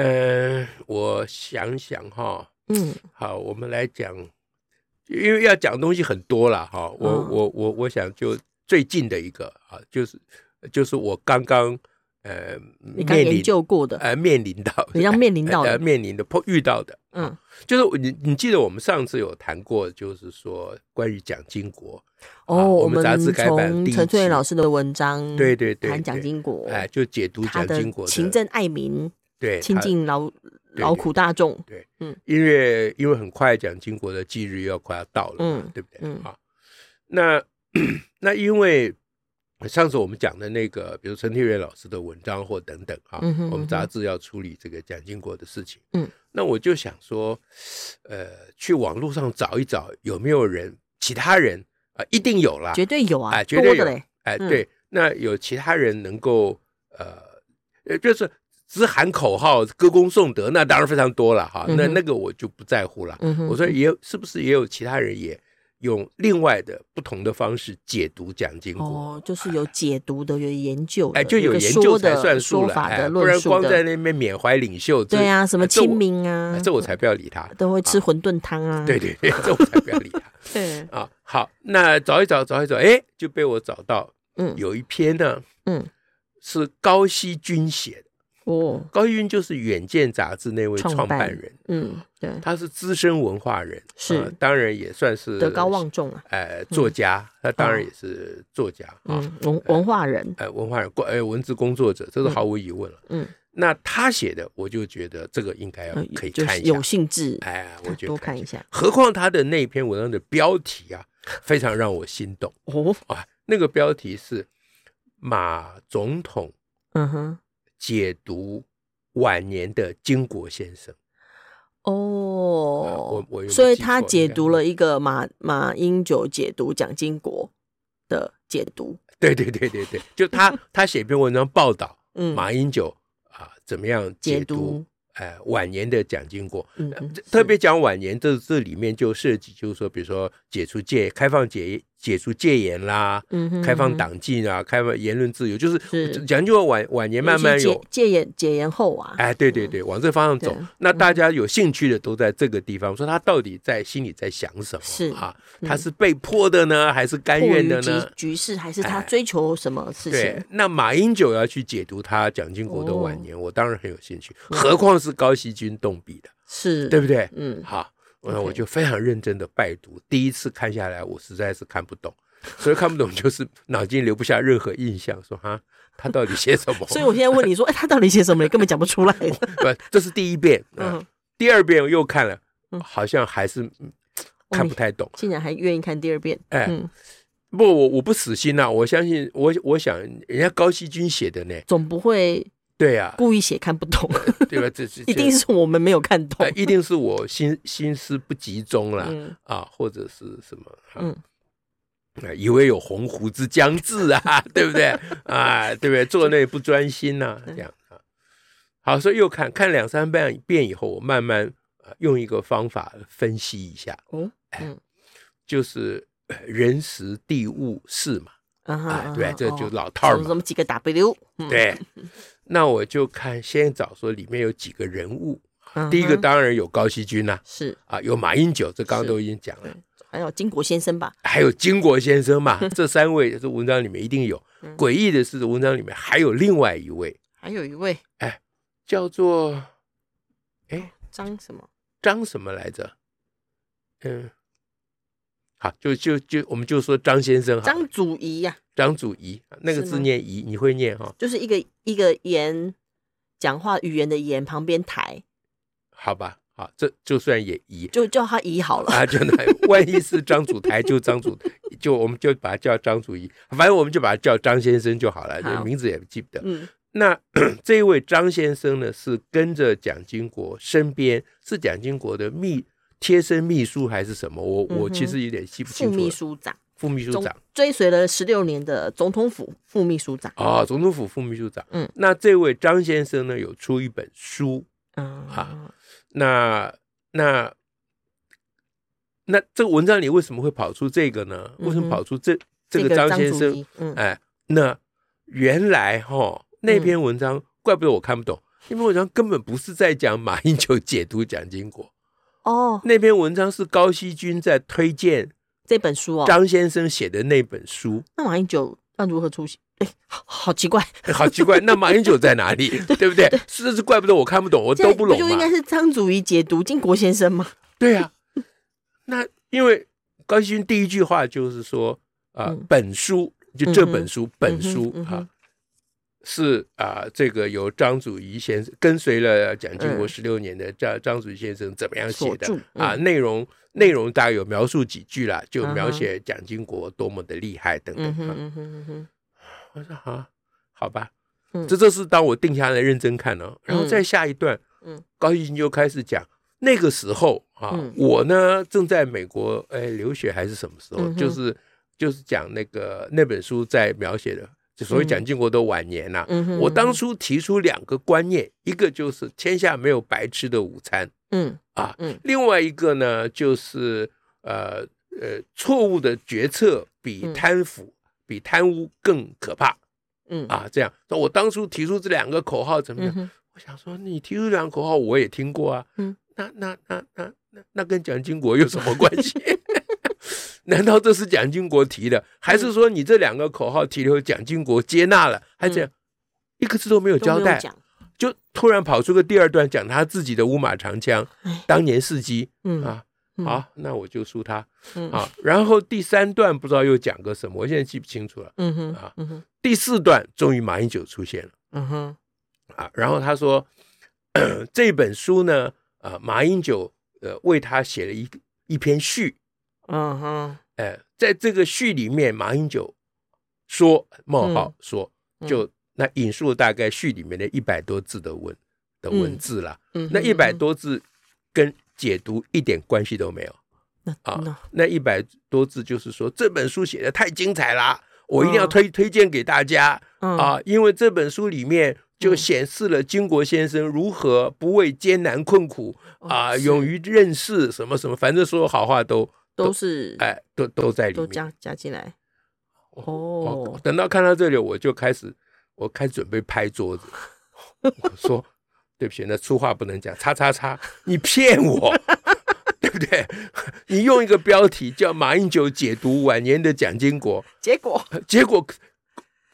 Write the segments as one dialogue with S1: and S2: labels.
S1: 嗯、呃，我想想哈，
S2: 嗯，
S1: 好，我们来讲，因为要讲东西很多了哈。我、
S2: 哦
S1: 我我我想就最近的一个啊，就是就是我刚刚呃
S2: 你刚
S1: 面
S2: 研
S1: 临
S2: 究过的，
S1: 呃面临到的
S2: 你要面临到
S1: 呃
S2: 的，
S1: 面临的碰遇到的，
S2: 嗯，
S1: 就是你你记得我们上次有谈过，就是说关于蒋经国，啊
S2: 哦，
S1: 我
S2: 我们
S1: 们杂志改版
S2: 从
S1: 第一
S2: 陈翠
S1: 期
S2: 莲老师的文章
S1: 对对
S2: 嗯
S1: 对，
S2: 谈蒋
S1: 对
S2: 经国，
S1: 哎，就解读
S2: 他
S1: 蒋
S2: 的
S1: 经国的
S2: 勤政爱民，
S1: 对
S2: 亲
S1: 他
S2: 近劳
S1: 对
S2: 劳苦大众，
S1: 因为因为很快蒋经国的忌日要快要到了，
S2: 嗯
S1: 对不对？
S2: 嗯
S1: 啊，那 那因为上次我们讲的那个，比如陈天元老师的文章或等等啊，
S2: 嗯哼
S1: 我们
S2: 嗯
S1: 杂
S2: 哼
S1: 志要处理这个蒋经国的事情，
S2: 嗯，
S1: 那我就想说，呃，去网络上找一找有没有人，其他人啊、一定有啦，
S2: 绝对有啊，
S1: 哎绝
S2: 多
S1: 对
S2: 的
S1: 有
S2: 嘞，
S1: 哎，
S2: 嗯
S1: 对，那有其他人能够呃，呃，就是只喊口号、歌功颂德，那当然非常多了哈。那
S2: 嗯哼
S1: 那个我就不在乎了。
S2: 嗯哼，
S1: 我说也有，是不是也有其他人也用另外的不同的方式解读蒋经国？啊
S2: 哦，就是有解读的，有研究的，
S1: 哎，就有
S2: 个
S1: 研
S2: 说
S1: 究才
S2: 的
S1: 算数
S2: 说
S1: 了，
S2: 法
S1: 哎，
S2: 的
S1: 不
S2: 论
S1: 然
S2: 述
S1: 光在
S2: 的，
S1: 那边缅怀领袖，这
S2: 对啊，什么
S1: 这我
S2: 亲民啊嗯
S1: 哎，这我才不要理他。
S2: 都会吃馄饨汤啊，
S1: 对对对，这我才不要理他
S2: 对，
S1: 啊。好，那找一找，找一找，哎，就被我找到
S2: 嗯，
S1: 有一篇呢，
S2: 嗯，
S1: 是高希军写的。
S2: 哦，
S1: 高一军就是《远见》杂志那位
S2: 创
S1: 创
S2: 办
S1: 办人，
S2: 嗯，对，
S1: 他是资深文化人，
S2: 是
S1: 呃当然也算是
S2: 德高望重啊，
S1: 呃作家，他当然也是作家啊，
S2: 嗯，文文化人，
S1: 呃文化人，过呃文字工作者，这是
S2: 嗯
S1: 毫无疑问了。
S2: 嗯，
S1: 那他写的，我就觉得这个应该要
S2: 呃
S1: 可以
S2: 就
S1: 看
S2: 是
S1: 一
S2: 有
S1: 下，
S2: 兴致，
S1: 哎，我觉得
S2: 多
S1: 可以
S2: 看一下，
S1: 何况他的那篇文章的标题 啊，非常让我心动
S2: 哦，
S1: 啊，那个标题是马总统
S2: 嗯哼，
S1: 解读晚年的经国先生。
S2: 哦
S1: 啊我我有没有
S2: 所以
S1: 记
S2: 他
S1: 错
S2: 解
S1: 应该
S2: 读了一个马马英九解读蒋经国的解读，
S1: 对对对对 对，就他他写篇文章报道
S2: 嗯，
S1: 马英九啊、怎么样
S2: 解
S1: 解读
S2: 读，
S1: 呃晚年的蒋经国，
S2: 嗯
S1: 呃
S2: 嗯
S1: 这，特别讲晚年这这里面就涉及，就是说比如说解除戒开放解解除戒严啦。
S2: 嗯哼
S1: 开放
S2: 嗯哼
S1: 党禁啊，开放言论自由，就是
S2: 是
S1: 蒋经国晚晚年
S2: 尤
S1: 慢
S2: 其
S1: 慢
S2: 戒
S1: 有，
S2: 戒严解严后啊，
S1: 哎，对对对，往这方向走
S2: 对。嗯
S1: 那大家有兴趣的都在这个地方，说他到底在心里在想什么？
S2: 是
S1: 啊，
S2: 嗯
S1: 他是被迫的呢，还是甘
S2: 迫
S1: 愿
S2: 于
S1: 的
S2: 局
S1: 呢？
S2: 局势，还是他
S1: 哎
S2: 追求什么事
S1: 对
S2: 情？，哦
S1: 那马英九要去解读他蒋经国的晚年，我当然很有兴趣，
S2: 嗯
S1: 何况是高希军动笔的，
S2: 是，
S1: 对不对？
S2: 嗯，
S1: 好，
S2: OK
S1: 那我就非常认真的拜读，第一次看下来，我实在是看不懂，所以看不懂就是脑筋留不下任何印象，说哈，他到底写什 么？
S2: 所以我现在问你说，哎，他到底写什么？你根本讲不 出来。
S1: 不，这是第一遍，嗯
S2: 嗯，，
S1: 第二遍我又看了
S2: 嗯，
S1: 好像还是嗯看不太懂，
S2: 竟然还愿意看第二遍，
S1: 哎，
S2: 嗯，
S1: 不，我我不死心呐、我相信我，我想人家高希军写的呢，
S2: 总不会
S1: 对呀、
S2: 故意写看不 懂，
S1: 对吧？这这
S2: 一
S1: 这
S2: 定是我们没有看懂
S1: 呃，。一定是我心心思不集中啦，
S2: 嗯
S1: 啊，或者是什么，啊、
S2: 嗯
S1: 呃以为有鸿鹄之将至啊，对不对？啊，对不对？做那不专心呐、这样啊。好，所以又看看两三遍遍以后，我慢慢、呃、用一个方法分析一下，哎
S2: 哦，
S1: 就是呃人时地物事嘛，
S2: 啊哈
S1: 啊，
S2: 啊
S1: 对
S2: 哈，
S1: 这
S2: 哦
S1: 就老套儿
S2: 什么
S1: 嘛
S2: 什，么几个 W，嗯，
S1: 对。那我就看先找说里面有几个人物，
S2: 嗯
S1: 第一个
S2: 哼
S1: 当然有高希军啦、
S2: 是，
S1: 啊，有马英九，这刚刚
S2: 是
S1: 都已经讲了。
S2: 还有金国先生吧，
S1: 还有金国先生嘛， 这三位这文章里面一定有
S2: 嗯。
S1: 诡异的是，文章里面还有另外一位
S2: 还有一位
S1: 叫做
S2: 张什么，
S1: 张什么来着？嗯，好，就就就我们就说张先生哈，
S2: 张祖仪呀，
S1: 张祖仪，那个
S2: 是吗
S1: 字念仪，你会念哈？
S2: 就是一个一个言，讲话语言的言旁边台，
S1: 好吧，好，这就算也仪
S2: 就叫他仪好了。
S1: 啊，就那万一是张祖台，就张祖，就我们就把它叫张祖仪，反正我们就把它叫张先生就好了，
S2: 好
S1: 名字也记不得。
S2: 嗯，
S1: 那 这一位张先生呢，是跟着蒋经国身边，是蒋经国的秘贴身秘书还是什么？我、我其实有点记不清
S2: 嗯副
S1: 楚了。
S2: 秘书长，
S1: 副秘书
S2: 总
S1: 长
S2: 追随了十六年的总统府副秘书长，
S1: 啊、哦，总统府副秘书长。
S2: 嗯，
S1: 那这位张先生呢，有出一本书，
S2: 啊，
S1: 那那那这个文章里为什么会跑出这个呢？
S2: 嗯哼
S1: 为什么跑出这这个张先
S2: 祖
S1: 生？
S2: 仪，嗯，
S1: 哎，那原来哈那篇文章，怪不得我看不懂。那篇文章根本不是在讲马英九解读蒋经国，
S2: 哦，
S1: 那篇文章是高希军在推荐
S2: 这本书哦，
S1: 张先生写的那本书。
S2: 那马英九要如何出席？哎，好好奇怪，
S1: 好奇怪，那马英九在哪 里？对不对？是这是怪不得我看不懂，我都
S2: 这
S1: 不懂嘛。
S2: 就应该是张祖仪解读金国先生吗？
S1: 对 呀、那因为高希军第一句话就是说啊、
S2: 嗯
S1: 本书就这本书，本书
S2: 嗯哼嗯哼
S1: 啊、是啊、这个由张祖仪先生跟随了蒋经国
S2: 嗯
S1: 十六年的张张祖仪先生怎么样写
S2: 所
S1: 的、
S2: 著
S1: 啊？
S2: 嗯
S1: 内容内容大概有描述几句啦，就
S2: 嗯哼
S1: 描写蒋经国多么的厉害等等。
S2: 嗯哼
S1: 啊
S2: 嗯哼嗯哼，
S1: 我说啊，好吧
S2: 嗯，
S1: 这就是当我定下来认真看哦，然后
S2: 嗯
S1: 再下一段，
S2: 嗯，
S1: 高希军就开始讲那个时候啊，
S2: 嗯
S1: 我呢正在美国哎留学还是什么时候，
S2: 嗯哼
S1: 就是就是讲那个那本书在描写的，就所谓
S2: 嗯
S1: 蒋经国的晚年呐、
S2: 嗯哼，
S1: 我当，初提出两个观念，一个就是天下没有白吃的午餐，
S2: 嗯
S1: 另外一个呢，就是呃呃，错误的决策比
S2: 嗯
S1: 贪腐、比贪污更可怕
S2: 嗯，
S1: 啊！这样，那我当初提出这两个口号怎
S2: 嗯
S1: 么样？
S2: 哼，
S1: 我想说，你提出这两个口号，我也听过啊。
S2: 嗯
S1: 那，那那那那那跟蒋经国有什么关系？ 难道这是蒋经国提的，还是说你这两个口号提留蒋经国接纳了，还这样、一个字都没有
S2: 嗯都没
S1: 交
S2: 有
S1: 代？
S2: 讲，
S1: 就突然跑出个第二段，讲他自己的乌马长枪
S2: 哎，
S1: 当年事迹
S2: 嗯
S1: 啊。
S2: 嗯
S1: 好，那我就输他
S2: 嗯
S1: 啊。然后第三段不知道又讲个什么，我现在记不清楚了。
S2: 嗯哼
S1: 啊
S2: 嗯哼
S1: 第四段终于马英九出现了
S2: 嗯哼，
S1: 啊。然后他说，咳这本书呢，呃，马英九呃为他写了一一篇序，
S2: 嗯哼，
S1: 呃，在这个序里面，马英九说冒号说，
S2: 嗯
S1: 就那引述大概序里面的一百多字的文的文
S2: 嗯
S1: 字啦。
S2: 嗯哼
S1: 那一百，多字跟解读一点关系都没有
S2: 那
S1: 啊
S2: 嗯那。
S1: 那一百多字就是说这本书写的太精彩啦，我一定要推、推荐给大家
S2: 嗯
S1: 啊，因为这本书里面就
S2: 嗯
S1: 显示了金国先生如何不畏艰难困苦
S2: 哦
S1: 啊，
S2: 是
S1: 勇于认识什么什么，反正所有好话都
S2: 都是
S1: 哎都都在里
S2: 嗯都
S1: 面。
S2: 加加进来，
S1: 我
S2: 哦
S1: 我，等到看到这里，我就开始我开始准备拍 桌子，我说。对不起，那粗话不能讲，叉叉叉，你骗我， 对不对？你用一个标题叫马英九解读晚年的蒋经国，
S2: 结果
S1: 结果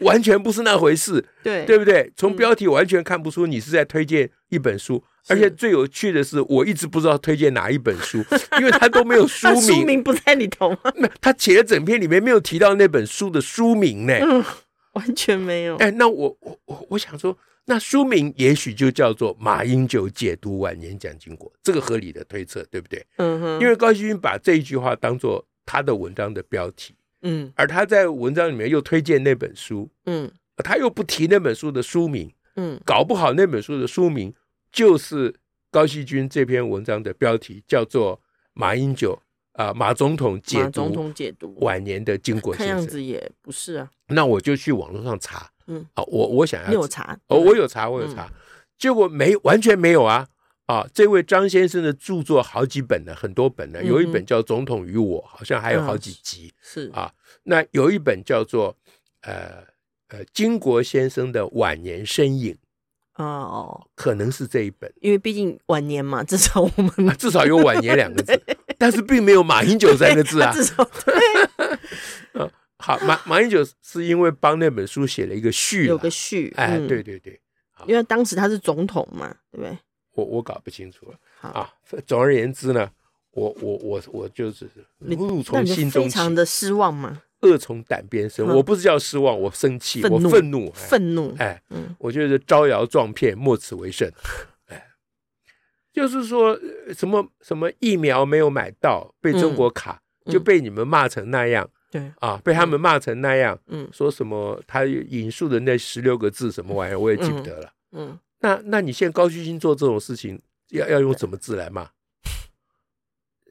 S1: 完全不是那回事，
S2: 对
S1: 对不对？从标题完全看不出你是在推荐一本书，
S2: 嗯是
S1: 而且最有趣的是，我一直不知道推荐哪一本 书，因为它都没有书
S2: 那
S1: 名，
S2: 名不在里头吗？
S1: 那他写的整篇里面没有提到那本书的书名呢。
S2: 嗯， 完全没有。
S1: 哎，那我我我我想说，那书名也许就叫做《马英九解读晚年蒋经国》，这个合理的推测，对不对？
S2: 嗯哼，
S1: 因为高希军把这一句话当做他的文章的标题，
S2: 嗯
S1: 而他在文章里面又推荐那本书，
S2: 嗯
S1: 他又不提那本书的书名，
S2: 嗯
S1: 搞不好那本书的书名就是高希军这篇文章的标题，叫做《马英九啊、马总统解
S2: 马总
S1: 读
S2: 统解读，
S1: 晚年的经国
S2: 看
S1: 先
S2: 样
S1: 生》。
S2: 子也不是啊。
S1: 那我就去网络上查，
S2: 嗯
S1: 啊，我我想要
S2: 你有查
S1: 哦，
S2: 对吧
S1: 我有查，我有查，结果没完全没有啊啊！这位张先生的著作好几本呢，很多本呢，
S2: 嗯哼嗯
S1: 有一本叫《总统与我》，好像还有好几集。
S2: 是
S1: 啊那有一本叫做呃呃金国先生的晚年身影，
S2: 啊哦，
S1: 可能是这一本
S2: 因为毕竟晚年嘛，至少我
S1: 啊，
S2: 们
S1: 至少有晚年两个字， 但是并没有马英九三个字 啊
S2: 至。少
S1: 好，马马英九是因为帮那本书写了一个序
S2: 有
S1: 了，
S2: 个序。
S1: 哎，
S2: 嗯
S1: 对，对对，
S2: 因为当时他是总统嘛，对不对？
S1: 我我搞不清楚了
S2: 好
S1: 啊。总而言之呢，我我我我就是
S2: 你
S1: 怒
S2: 那
S1: 从
S2: 你就
S1: 心
S2: 非
S1: 中起，
S2: 常的失望嘛，
S1: 恶从胆边生。
S2: 嗯
S1: 我不是叫失望，我生气，
S2: 愤
S1: 我
S2: 怒
S1: 愤怒，哎
S2: 愤怒。
S1: 哎，
S2: 嗯
S1: 我觉得招摇撞骗，莫此为甚。哎，就是说呃什么什么疫苗没有买到，被中国卡，
S2: 嗯
S1: 就被你们骂成那样。
S2: 对，
S1: 啊，被他们骂成那样，
S2: 嗯
S1: 说什么他引述的那十六个字什么玩意儿，我也记不得了。
S2: 嗯，
S1: 那那你现在高旭兴做这种事情，要要用什么字来骂？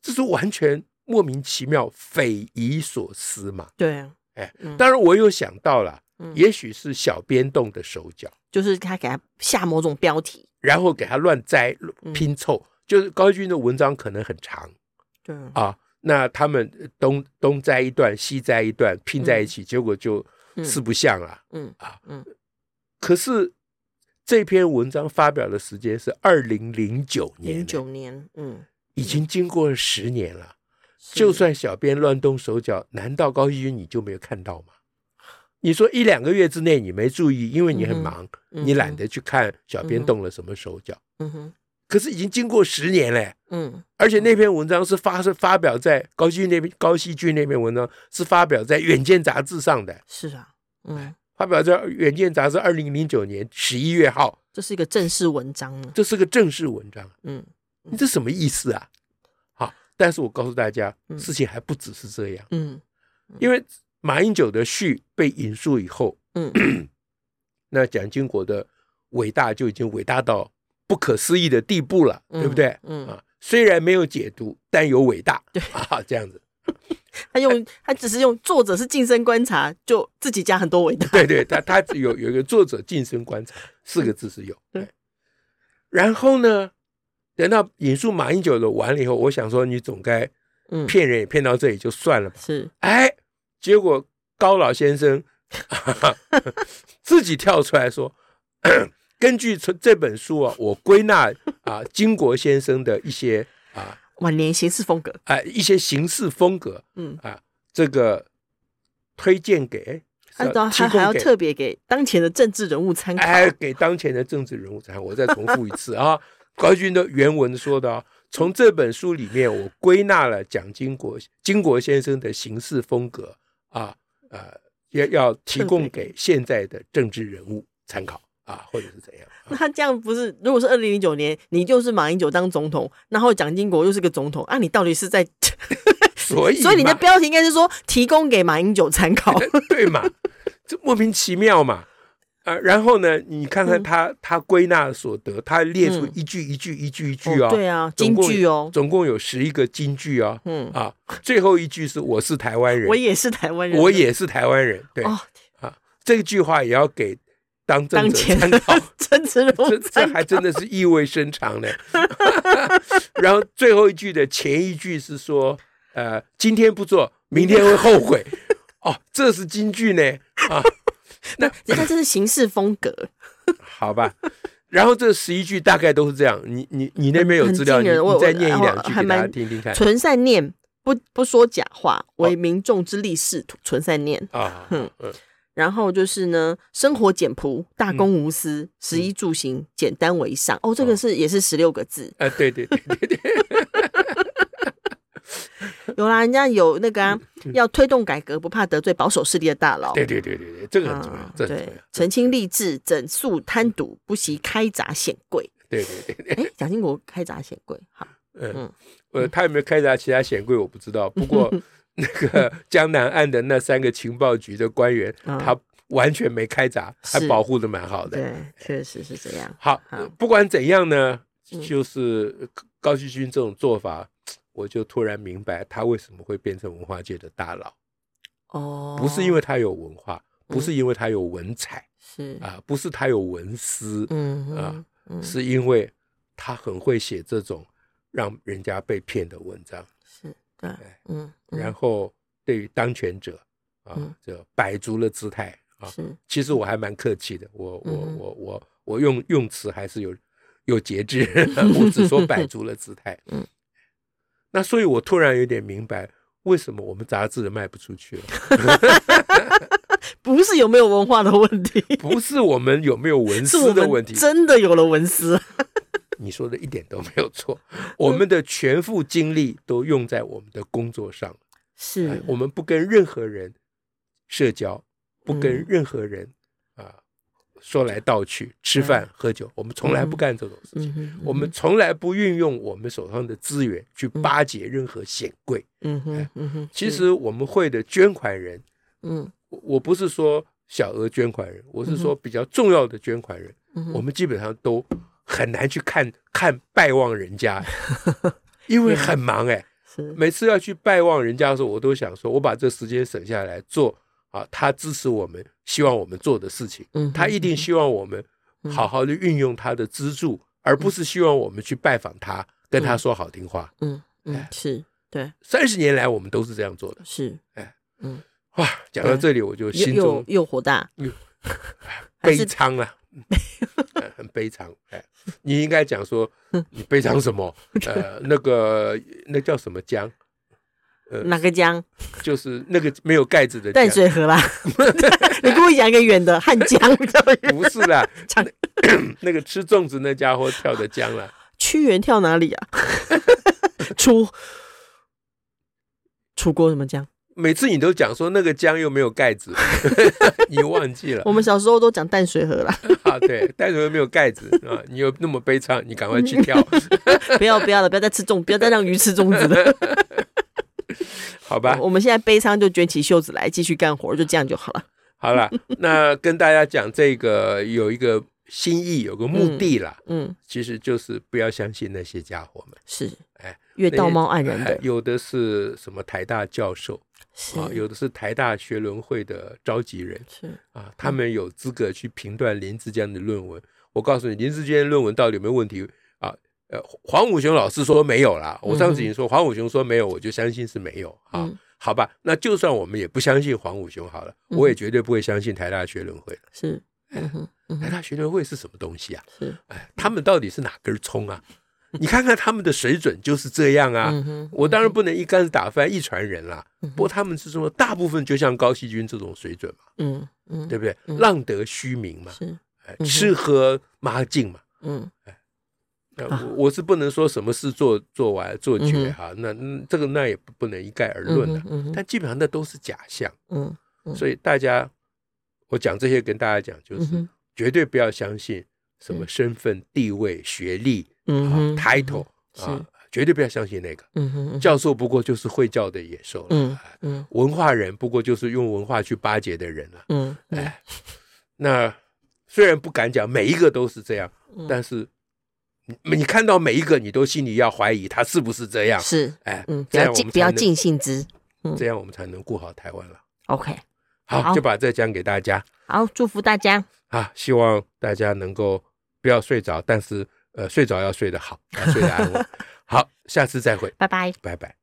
S1: 这是完全莫名其妙、匪夷所思嘛！
S2: 对，
S1: 哎
S2: 嗯，
S1: 当然我有想到了，
S2: 嗯
S1: 也许是小编动的手脚，
S2: 就是他给他下某种标题，
S1: 然后给他乱摘
S2: 嗯
S1: 拼凑。就是高旭兴的文章可能很长
S2: 对，
S1: 啊，那他们呃东东摘一段，西摘一段，拼在一起，结果就
S2: 嗯
S1: 四不像了。
S2: 嗯
S1: 可是这篇文章发表的时间是二零零九年，
S2: 零九年，嗯，
S1: 已经经过了十年了。
S2: 是
S1: 就算小编乱动手脚，难道高希军你就没有看到吗？你说一两个月之内你没注意，因为你很
S2: 嗯哼
S1: 忙，你懒，得去看小
S2: 嗯
S1: 编
S2: 哼
S1: 动了什么手脚。
S2: 嗯哼，
S1: 可是已经经过十年嘞，
S2: 嗯哼
S1: 而且那篇文章是发是发表在高希军那边，高希军那篇文章是发表在《远见》杂志上的，
S2: 嗯，是啊，嗯，
S1: 发表在《远见》杂志二零零九年十一月号，
S2: 这是一个正式文章呢，
S1: 这是个正式文章。
S2: 嗯
S1: 你这什么意思啊？好，但是我告诉大家，
S2: 嗯
S1: 事情还不只是这样，
S2: 嗯
S1: 因为马英九的序被引述以后，
S2: 嗯
S1: 那蒋经国的伟大就已经伟大到不可思议的地步了，
S2: 嗯
S1: 对不对？
S2: 嗯
S1: 啊，虽然没有解读，但有伟大，对啊，这样子，
S2: 他 用他只是用作者是近身观察，就自己加很多伟大，
S1: 对对，他他有有一个作者晋升观察四个字是有，
S2: 对
S1: 对。然后呢，等到引述马英九的完了以后，我想说你总该
S2: 嗯，
S1: 骗人也骗到这里就算了吧。
S2: 是
S1: 哎，结果高老先生 自己跳出来说， 根据这这本书啊，我归纳啊金国先生的一些啊
S2: 晚年行事风格，
S1: 啊一些行事风格
S2: 嗯，
S1: 啊，这个推荐给
S2: 他然后
S1: 啊提
S2: 他啊还
S1: 供
S2: 要
S1: 给
S2: 特别给当前的政治人物参考，
S1: 哎给当前的政治人物哎参考。我再重复一次啊，高军的原文说的啊。从这本书里面，我归纳了蒋经国经国先生的行事风格啊，呃，要要提供给现在的政治人物参考啊，或者是怎样？
S2: 那他这样不是？如果是二零零九年，你就是马英九当总统，然后蒋经国又是个总统，啊，你到底是在？
S1: 所以 嘛，哎
S2: 所以你的标题应该是说提供给马英九参考。
S1: 对嘛，这莫名其妙嘛。啊，然后呢？你看看他、他归纳所得，他列出
S2: 嗯
S1: 一句一句一句一句哦，
S2: 对啊，
S1: 总
S2: 京
S1: 共
S2: 剧哦，
S1: 总共有十一个金句哦，
S2: 嗯，
S1: 啊，最后一句是我是台湾人，
S2: 我也是台湾人，
S1: 我也是台湾人，对、啊
S2: 哦，
S1: 这句话也要给当政
S2: 当
S1: 者
S2: 前
S1: 参
S2: 的
S1: 考，
S2: 政治人物
S1: 这这
S2: 参考
S1: 还真的是意味深长呢。 然后最后一句的前一句是说，呃，今天不做，明天会后悔。 哦，这是金句呢啊，那
S2: 他这是行事风格，
S1: 好吧。然后这十一句大概都是这样，你你你那边有
S2: 很
S1: 资料，
S2: 很
S1: 你
S2: 惊人我
S1: 你再念一
S2: 我
S1: 两句
S2: 还
S1: 给大家
S2: 蛮
S1: 听听看
S2: 存善念，不不说假话，
S1: 哦
S2: 为民众之力仕途，存善念。
S1: 啊，
S2: 嗯
S1: 嗯
S2: 然后就是呢，生活简朴，大公无私，
S1: 嗯
S2: 食衣住行简单为上。哦，这个是也是十六个字，
S1: 啊，对对对对对，
S2: 有啦，人家有那个啊，要推动改革，不怕得罪保守势力的大佬。
S1: 嗯对对对对对，这个很重要
S2: 啊，
S1: 这个很重
S2: 对
S1: 要，，
S2: 澄清吏治，整肃贪渎，不惜开闸显贵。
S1: 对对对对，
S2: 哎，蒋经国开闸显贵，好，嗯
S1: 嗯，呃，他有没有开闸其他显贵我不知 道，不过那个江南岸的那三个情报局的官员，
S2: 嗯
S1: 他完全没开闸，还
S2: 是
S1: 保护的蛮好的。
S2: 对，确实是这样。
S1: 好
S2: 好，
S1: 呃不管怎样呢
S2: 嗯，
S1: 就是高高希军这种做法。我就突然明白他为什么会变成文化界的大佬，
S2: 哦，
S1: 不是因为他有文化，不
S2: 嗯
S1: 是因为他有文采
S2: 是，
S1: 啊，不是他有文思，
S2: 嗯
S1: 啊
S2: 嗯，
S1: 是因为他很会写这种让人家被骗的文章，
S2: 是，对
S1: 哎，
S2: 嗯，嗯
S1: 然后对于当权者
S2: 嗯
S1: 啊，就摆足了姿态啊。
S2: 是，
S1: 其实我还蛮客气的，我我
S2: 嗯哼
S1: 我我我用用词还是有有节制， 我只说摆足了姿态。
S2: 嗯，
S1: 那所以我突然有点明白。为什么我们杂志卖不出去了？
S2: 不是有没有文化的问题，
S1: 不是我们有没有文
S2: 是我
S1: 思的问
S2: 们
S1: 题，
S2: 真的有了文 思。
S1: 你说的一点都没有错。我们的全副精力都用在我们的工作上，哎
S2: 是，
S1: 我们不跟任何人社交，不跟
S2: 嗯
S1: 任何人啊、说来道去，吃饭喝酒，我们从来不干这种事情。
S2: 嗯哼，
S1: 我们从来不运用我们手上的资源去巴结任何显贵。
S2: 嗯哼嗯哼，
S1: 哎其实我们会的捐款人，
S2: 嗯
S1: 我我不是说小额捐款人，我是说比较重要的捐款人，
S2: 嗯哼
S1: 我们基本上都很难去看看拜望人家， 因
S2: 啊
S1: 为很忙哎、
S2: 是
S1: 每次要去拜望人家的时候，我都想说，我把这时间省下来做啊，他支持我们，希望我们做的事情。
S2: 嗯哼
S1: 他一定希望我们好好的运用他的资助，而不是希望我们去拜访他，跟他说好听话。
S2: 嗯嗯
S1: 哎
S2: 是对
S1: 三十年来，我们都是这样做的。
S2: 是
S1: 哇，讲到这里，我就
S2: 又
S1: 心
S2: 又
S1: 中
S2: 又火大，还
S1: 悲
S2: 是
S1: 伤了。嗯呃 很悲伤，哎，你应该讲说你悲伤什么？呃，那个那叫什么江，
S2: 哪个江？
S1: 就是那个没有盖子的
S2: 淡
S1: 江，
S2: 水河 啦， 你跟我讲一个远的汉江，
S1: 不是啦
S2: 江，
S1: 那那个 吃粽子那家伙跳的江啦，
S2: 屈原跳哪里 啊？楚楚国什么江？
S1: 每次你都讲说那个江又没有盖子， 你忘记了
S2: 我们小时候都讲淡水河 啦，
S1: 啊？对，但是又没有盖子啊，你又那么悲伤，你赶快去跳，
S2: 嗯不要不要了，不要再吃粽，不要再让鱼吃粽子了。
S1: 好 吧？
S2: 我们现在悲伤就卷起袖子来继续干活，就这样就好了。
S1: 好了，那跟大家讲这个有一个心意，有个目的啦，
S2: 嗯，
S1: 其实就是不要相信那些家伙们。
S2: 是，
S1: 哎，
S2: 越道貌岸
S1: 哎
S2: 然的，
S1: 有的是什么台大教授
S2: 是
S1: 啊，有的是台大学伦会的召集人
S2: 是，
S1: 啊，他们有资格去评断林志坚的论文。我告诉你，林志坚的论文到底有没有问题啊？呃，黄武雄老师说没有啦，我上次已经说黄武雄说没有，我就相信是没有啊。
S2: 嗯
S1: 好吧，那就算我们也不相信黄武雄好了，
S2: 嗯
S1: 我也绝对不会相信台大学伦会。
S2: 是，嗯哼，嗯
S1: 台
S2: 哼，
S1: 大学联会是什么东西啊？
S2: 是，
S1: 哎，他们到底是哪根葱啊？你看看他们的水准就是这样啊！
S2: 嗯哼，
S1: 我当然不能一竿子打翻一船人啦。
S2: 嗯哼
S1: 不过他们是说，大部分就像高希军这种水准嘛，
S2: 嗯嗯，
S1: 对不对？
S2: 嗯
S1: 浪得虚名嘛，
S2: 是，
S1: 哎
S2: 嗯哼
S1: 吃喝麻将嘛。
S2: 嗯
S1: 呃
S2: 啊
S1: 我我是不能说什么事做做完做绝
S2: 嗯哼
S1: 哈，那嗯这个那也不不能一概而
S2: 嗯
S1: 论的啊
S2: 哼。嗯哼
S1: 但基本上那都是假象，
S2: 嗯嗯
S1: 所以大家，我讲这些跟大家讲，就
S2: 嗯
S1: 是
S2: 哼
S1: 绝对不要相信什么身份、地位、学历、
S2: 嗯
S1: 啊
S2: 哼
S1: title
S2: 是
S1: 啊，绝对不要相信那个。
S2: 嗯哼，嗯
S1: 教授不过就是会教的野 兽了，
S2: 嗯
S1: 啊
S2: 嗯
S1: 文化人不过就是用文化去巴结的人了。
S2: 嗯嗯
S1: 哎，那虽然不敢讲每一个都是这样，
S2: 嗯
S1: 但是你你看到每一个，你都心里要怀疑他是不是这样。
S2: 是，
S1: 哎，
S2: 嗯，不
S1: 这
S2: 要
S1: 样我
S2: 尽
S1: 们
S2: 不要
S1: 才能
S2: 尽信之
S1: 这样我们才能顾好台湾了。
S2: ，OK，
S1: 好，
S2: 好
S1: 就把这讲给大家。
S2: 好，祝福大家，
S1: 啊，希望大家能够不要睡 着，但是呃，睡着要睡得好，要睡得安稳。好，下次再会，
S2: 拜拜。
S1: 拜拜。